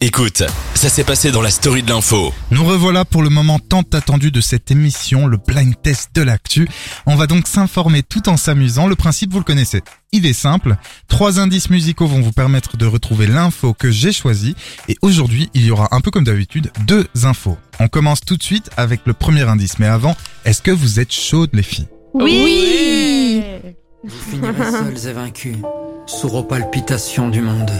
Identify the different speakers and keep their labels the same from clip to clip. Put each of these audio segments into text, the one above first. Speaker 1: Écoute, ça s'est passé dans la story de l'info.
Speaker 2: Nous revoilà pour le moment tant attendu de cette émission, le blind test de l'actu. On va donc s'informer tout en s'amusant. Le principe, vous le connaissez. Il est simple. Trois indices musicaux vont vous permettre de retrouver l'info que j'ai choisie. Et aujourd'hui, il y aura un peu comme d'habitude, deux infos. On commence tout de suite avec le premier indice. Mais avant, est-ce que vous êtes chaudes, les filles?
Speaker 3: Oui.
Speaker 4: Vous finirez seuls et vaincus, sourds aux palpitations du monde,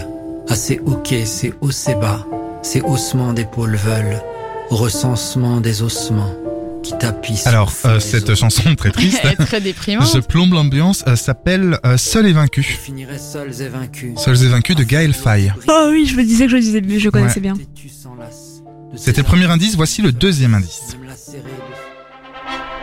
Speaker 4: à ces hoquets, ces hauts, ces bas, ces haussements d'épaules veulent, au recensement des ossements qui tapissent.
Speaker 2: Alors,
Speaker 4: au fond
Speaker 2: euh,
Speaker 4: des
Speaker 2: cette
Speaker 4: eaux.
Speaker 2: chanson très triste,
Speaker 3: Très déprimant.
Speaker 2: je plombe l'ambiance, euh, s'appelle euh, Seul et
Speaker 4: Vous
Speaker 2: vaincu.
Speaker 4: finirez seuls et vaincus.
Speaker 2: Seuls et vaincus de Gaël Faye.
Speaker 5: Oh oui, je me disais que je, disais, je connaissais bien.
Speaker 4: Têtus s'enlacent de ces
Speaker 2: C'était le premier
Speaker 4: armes
Speaker 2: indice, voici le deuxième indice.
Speaker 4: même lacérées de-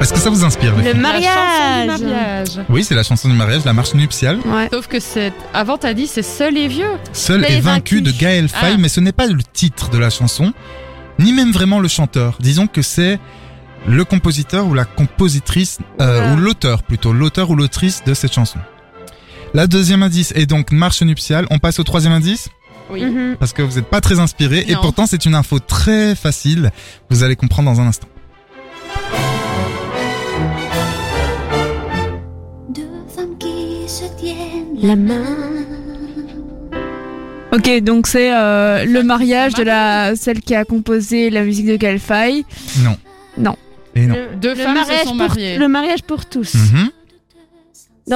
Speaker 2: Est-ce que ça vous inspire les
Speaker 5: Le
Speaker 2: filles
Speaker 3: La
Speaker 5: mariage.
Speaker 3: chanson du mariage.
Speaker 2: Oui, c'est la chanson du mariage, la marche nuptiale.
Speaker 5: Ouais.
Speaker 3: Sauf que c'est avant t'as dit c'est seul et vieux.
Speaker 2: Seul
Speaker 5: Les
Speaker 2: et vaincu de
Speaker 5: Vaincus.
Speaker 2: Gaël Faye,
Speaker 3: Ah.
Speaker 2: mais ce n'est pas le titre de la chanson, ni même vraiment le chanteur. Disons que c'est le compositeur ou la compositrice, euh,
Speaker 5: Ah.
Speaker 2: ou l'auteur plutôt, l'auteur ou l'autrice de cette chanson. La deuxième indice est donc marche nuptiale. On passe au troisième indice
Speaker 3: Oui.
Speaker 5: Mhm.
Speaker 2: parce que vous n'êtes pas très inspiré et
Speaker 3: Non.
Speaker 2: pourtant c'est une info très facile. Vous allez comprendre dans un instant.
Speaker 6: Deux femmes qui se tiennent
Speaker 5: La
Speaker 6: la
Speaker 5: main.
Speaker 6: main.
Speaker 5: Ok, donc c'est euh, le mariage de la celle qui a composé la musique de Galfaille.
Speaker 2: Non.
Speaker 5: Non.
Speaker 2: Et non.
Speaker 5: Le,
Speaker 3: Deux femmes se sont mariées.
Speaker 5: Pour, le mariage pour tous.
Speaker 2: Mhm.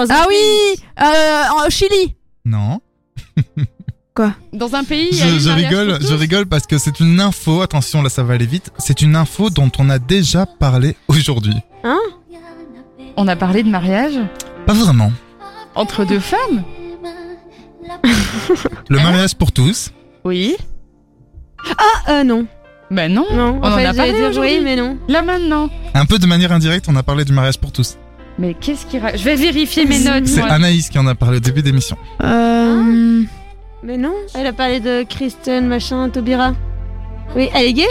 Speaker 5: ah oui, euh, en Chili.
Speaker 2: Non.
Speaker 3: Dans un pays. il y a eu
Speaker 2: Je, je
Speaker 3: mariage
Speaker 2: rigole,
Speaker 3: pour tous.
Speaker 2: je rigole parce que c'est une info, attention là ça va aller vite, c'est une info dont on a déjà parlé aujourd'hui.
Speaker 3: On a parlé de mariage
Speaker 2: Pas vraiment.
Speaker 3: entre deux femmes.
Speaker 5: Ah
Speaker 2: Le mariage pour tous,
Speaker 3: Oui.
Speaker 5: Euh, non.
Speaker 3: Ben non.
Speaker 5: Non.
Speaker 3: On en a
Speaker 5: j'allais
Speaker 3: parlé
Speaker 5: dire
Speaker 3: aujourd'hui.
Speaker 5: oui, mais non.
Speaker 3: Là maintenant.
Speaker 2: un peu de manière indirecte on a parlé du mariage pour tous.
Speaker 3: Mais qu'est-ce qui ra- Je vais vérifier mes notes.
Speaker 2: C'est
Speaker 3: moi.
Speaker 2: Anaïs qui en a parlé au début d'émission.
Speaker 5: Euh,
Speaker 7: Mais non, elle a parlé de Kristen, machin, Tobira. Oui, elle est gay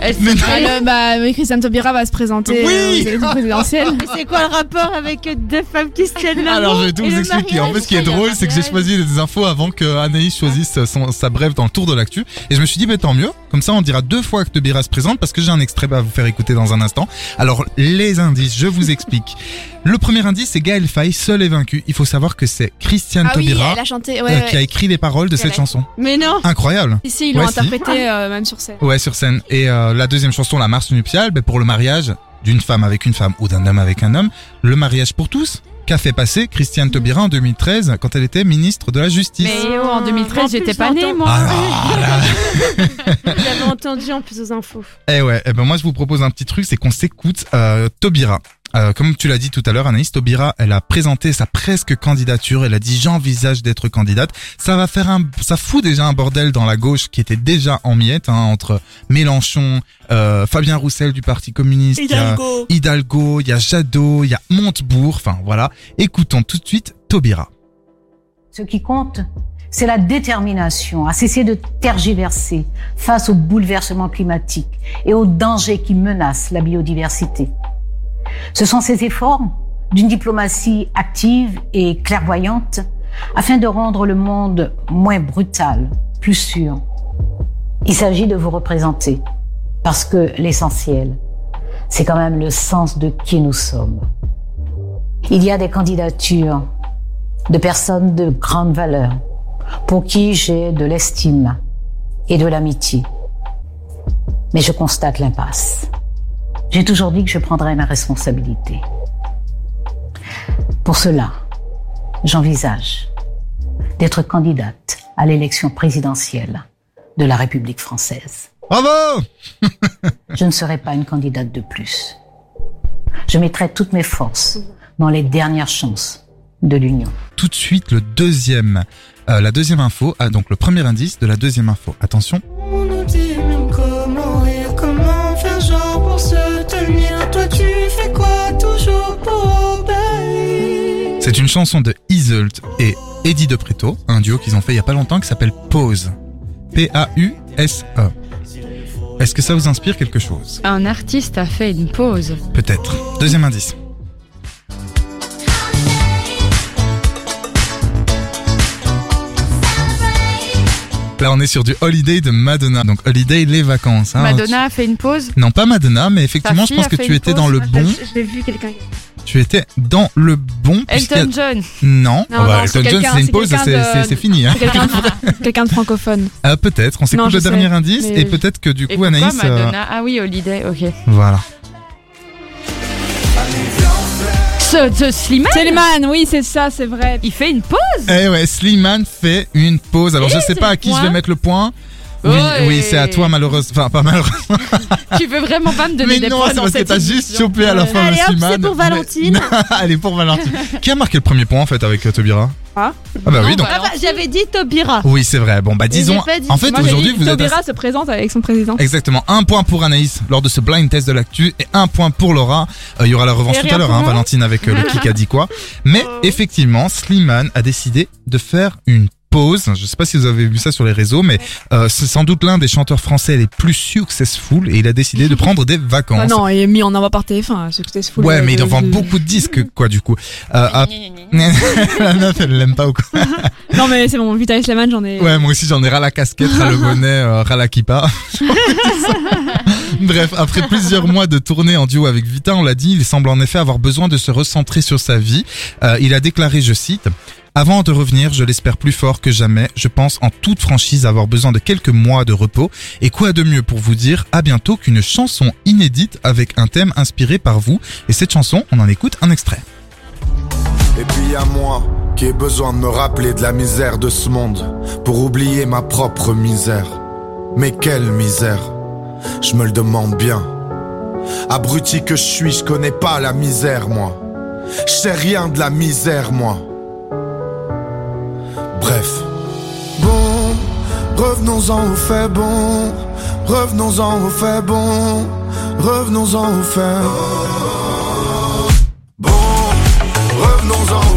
Speaker 3: Elle s'est
Speaker 2: Mais non.
Speaker 3: mariée.
Speaker 5: alors, bah, mais Christiane Taubira va se présenter
Speaker 2: Oui.
Speaker 5: euh, aux élections présidentielles.
Speaker 7: Mais c'est quoi le rapport avec deux femmes qui se tiennent la
Speaker 2: Alors
Speaker 7: main
Speaker 2: je vais tout
Speaker 7: et
Speaker 2: vous
Speaker 7: le
Speaker 2: expliquer. En
Speaker 7: mariage
Speaker 2: fait ce qui est
Speaker 7: Pourquoi il y a
Speaker 2: drôle
Speaker 7: un
Speaker 2: c'est que j'ai
Speaker 7: mariage
Speaker 2: choisi des infos avant que Anaïs choisisse son- sa brève dans le tour de l'actu et je me suis dit bah, tant mieux, comme ça on dira deux fois que Tobira se présente parce que j'ai un extrait à vous faire écouter dans un instant. Alors les indices, je vous explique. Le premier indice c'est Gaël Faye, seul et vaincu. Il faut savoir que c'est Christiane
Speaker 5: Ah oui,
Speaker 2: Taubira.
Speaker 5: elle a chanté.
Speaker 2: euh,
Speaker 5: Ouais,
Speaker 2: qui a
Speaker 5: ouais.
Speaker 2: écrit les paroles de
Speaker 5: Elle
Speaker 2: cette
Speaker 5: a-
Speaker 2: chanson.
Speaker 7: Mais non
Speaker 2: Incroyable.
Speaker 5: Ici, ils l'ont
Speaker 2: Ouais, si.
Speaker 5: interprété euh, même sur scène.
Speaker 2: Ouais, sur scène. Et euh, la deuxième chanson, la marche nuptiale, ben, pour le mariage d'une femme avec une femme ou d'un homme avec un homme, le mariage pour tous, qu'a fait passer Christiane Taubira en 2013 quand elle était ministre de la Justice.
Speaker 3: Mais oh, en
Speaker 7: En
Speaker 3: 2013
Speaker 7: plus,
Speaker 3: j'étais pas née
Speaker 7: j'entends-
Speaker 3: moi.
Speaker 2: Ah là là.
Speaker 7: J'avais entendu en plus aux infos.
Speaker 2: Eh ouais, eh ben moi je vous propose un petit truc, c'est qu'on s'écoute euh, Taubira. Euh, comme tu l'as dit tout à l'heure, Anaïs Taubira, elle a présenté sa presque candidature. Elle a dit j'envisage d'être candidate. Ça va faire un, ça fout déjà un bordel dans la gauche qui était déjà en miettes hein, entre Mélenchon, euh, Fabien Roussel du Parti communiste, il y a Hidalgo, il y a Jadot, il y a Montebourg. Enfin voilà. Écoutons tout de suite Taubira.
Speaker 8: Ce qui compte, c'est la détermination à cesser de tergiverser face aux bouleversements climatiques et aux dangers qui menacent la biodiversité. Ce sont ces efforts d'une diplomatie active et clairvoyante afin de rendre le monde moins brutal, plus sûr. Il s'agit de vous représenter parce que l'essentiel, c'est quand même le sens de qui nous sommes. Il y a des candidatures de personnes de grande valeur, pour qui j'ai de l'estime et de l'amitié. Mais je constate l'impasse. J'ai toujours dit que je prendrais ma responsabilité. Pour cela, j'envisage d'être candidate à l'élection présidentielle de la République française
Speaker 2: Bravo
Speaker 8: je ne serai pas une candidate de plus. Je mettrai toutes mes forces dans les dernières chances de l'Union.
Speaker 2: Tout de suite le deuxième, euh, la deuxième info. Ah, donc le premier indice de la deuxième info. Attention.
Speaker 9: On nous dit même comment rire, comment faire genre pour se tenir. Toi tu fais quoi toujours pour obéir
Speaker 2: C'est une chanson de Iselt et Eddie De Preto, un duo qu'ils ont fait il y a pas longtemps qui s'appelle Pause. P-A-U-S-E. E. Est-ce que ça vous inspire quelque chose
Speaker 3: Un artiste a fait une pause.
Speaker 2: Peut-être. Deuxième indice. Là, on est sur du Holiday de Madonna. Donc, Holiday, les vacances. hein.
Speaker 3: Madonna a fait une pause.
Speaker 2: Non, pas Madonna, mais effectivement, je
Speaker 3: fille
Speaker 2: pense
Speaker 3: a
Speaker 2: que
Speaker 3: fait
Speaker 2: tu
Speaker 3: une
Speaker 2: étais
Speaker 3: pause,
Speaker 2: dans le bon.
Speaker 7: J'ai vu quelqu'un.
Speaker 2: Tu étais dans le bon. puisqu'il y a-
Speaker 3: Elton John.
Speaker 2: Non.
Speaker 5: Non,
Speaker 2: Ah bah,
Speaker 5: non,
Speaker 2: Elton
Speaker 5: c'est
Speaker 2: John,
Speaker 5: quelqu'un-
Speaker 2: c'est une
Speaker 5: c'est
Speaker 2: pause,
Speaker 5: quelqu'un
Speaker 2: c'est
Speaker 5: de-
Speaker 2: c'est- c'est fini. Hein.
Speaker 5: Quelqu'un de, quelqu'un de francophone.
Speaker 2: Ah, peut-être. On
Speaker 5: Non,
Speaker 2: s'écoute
Speaker 5: je
Speaker 2: le
Speaker 5: sais,
Speaker 2: dernier indice
Speaker 5: mais
Speaker 2: et peut-être que du
Speaker 3: Et
Speaker 2: coup,
Speaker 3: pourquoi
Speaker 2: Anaïs. euh,
Speaker 3: Madonna Ah oui, Holiday, ok.
Speaker 2: Voilà.
Speaker 3: Ce, ce Slimane,
Speaker 5: Selman, oui, c'est ça, c'est vrai.
Speaker 3: il fait une pause
Speaker 2: Eh ouais, Slimane fait une pause. Alors, je sais
Speaker 3: c'est
Speaker 2: pas
Speaker 3: le
Speaker 2: à qui je
Speaker 3: point.
Speaker 2: vais mettre le point. Oui,
Speaker 3: Ouais.
Speaker 2: oui, c'est à toi malheureusement. Enfin, pas malheureusement.
Speaker 3: Tu veux vraiment pas me donner
Speaker 2: Mais
Speaker 3: des
Speaker 2: non,
Speaker 3: points
Speaker 2: c'est
Speaker 3: dans
Speaker 2: parce que
Speaker 3: cette
Speaker 2: t'as juste
Speaker 3: émission.
Speaker 2: chopé à la fin
Speaker 7: Allez,
Speaker 2: le
Speaker 7: hop,
Speaker 2: Slimane.
Speaker 7: c'est pour
Speaker 2: Mais-
Speaker 7: Valentine.
Speaker 2: Allez, pour Valentine. Qui a marqué le premier point en fait avec euh, Tobira
Speaker 5: Ah.
Speaker 2: Ah bah oui,
Speaker 3: Non,
Speaker 2: donc.
Speaker 3: bah,
Speaker 7: Ah bah, J'avais dit Tobira.
Speaker 2: Oui, c'est vrai. Bon, bah disons.
Speaker 7: j'ai pas dit.
Speaker 2: En fait,
Speaker 5: Moi, j'ai
Speaker 2: aujourd'hui,
Speaker 5: dit,
Speaker 2: vous êtes. à-
Speaker 5: Taubira se présente avec son président.
Speaker 2: Exactement. Un point pour Anaïs lors de ce blind test de l'actu et un point pour Laura. Euh, Il y aura la revanche
Speaker 7: Et
Speaker 2: tout à
Speaker 7: rien
Speaker 2: l'heure,
Speaker 7: pour
Speaker 2: hein,
Speaker 7: moi. Oh.
Speaker 2: Valentine avec euh, le qui a dit quoi. Mais effectivement, Slimane a décidé de faire une pause. Je sais pas si vous avez vu ça sur les réseaux, mais euh, c'est sans doute l'un des chanteurs français les plus successful et il a décidé de prendre des vacances.
Speaker 5: Ah non, il est mis en avant par TF1, Successful.
Speaker 2: Ouais,
Speaker 5: euh,
Speaker 2: mais il en
Speaker 5: de-
Speaker 2: vend
Speaker 5: de-
Speaker 2: beaucoup de disques, quoi, du coup. Euh, à- la meuf, elle l'aime pas ou quoi
Speaker 5: Non, mais c'est bon, Vitaly Selman, j'en ai.
Speaker 2: Ouais, moi aussi, j'en ai ras la casquette, ras le bonnet, euh, ras la kippa. Bref, après plusieurs mois de tournée en duo avec Vita, on l'a dit, il semble en effet avoir besoin de se recentrer sur sa vie. Euh, il a déclaré, je cite, avant de revenir, je l'espère plus fort que jamais. Je pense en toute franchise avoir besoin de quelques mois de repos. Et quoi de mieux pour vous dire à bientôt qu'une chanson inédite avec un thème inspiré par vous. Et cette chanson, on en écoute un extrait.
Speaker 10: Et puis à moi qui ai besoin de me rappeler de la misère de ce monde pour oublier ma propre misère. Mais quelle misère Je me le demande bien. Abruti que je suis, je connais pas la misère moi. Je sais rien de la misère moi. Bref. Bon, revenons-en au fait bon. Revenons-en au fait bon. Revenons-en au fait. Bon, revenons-en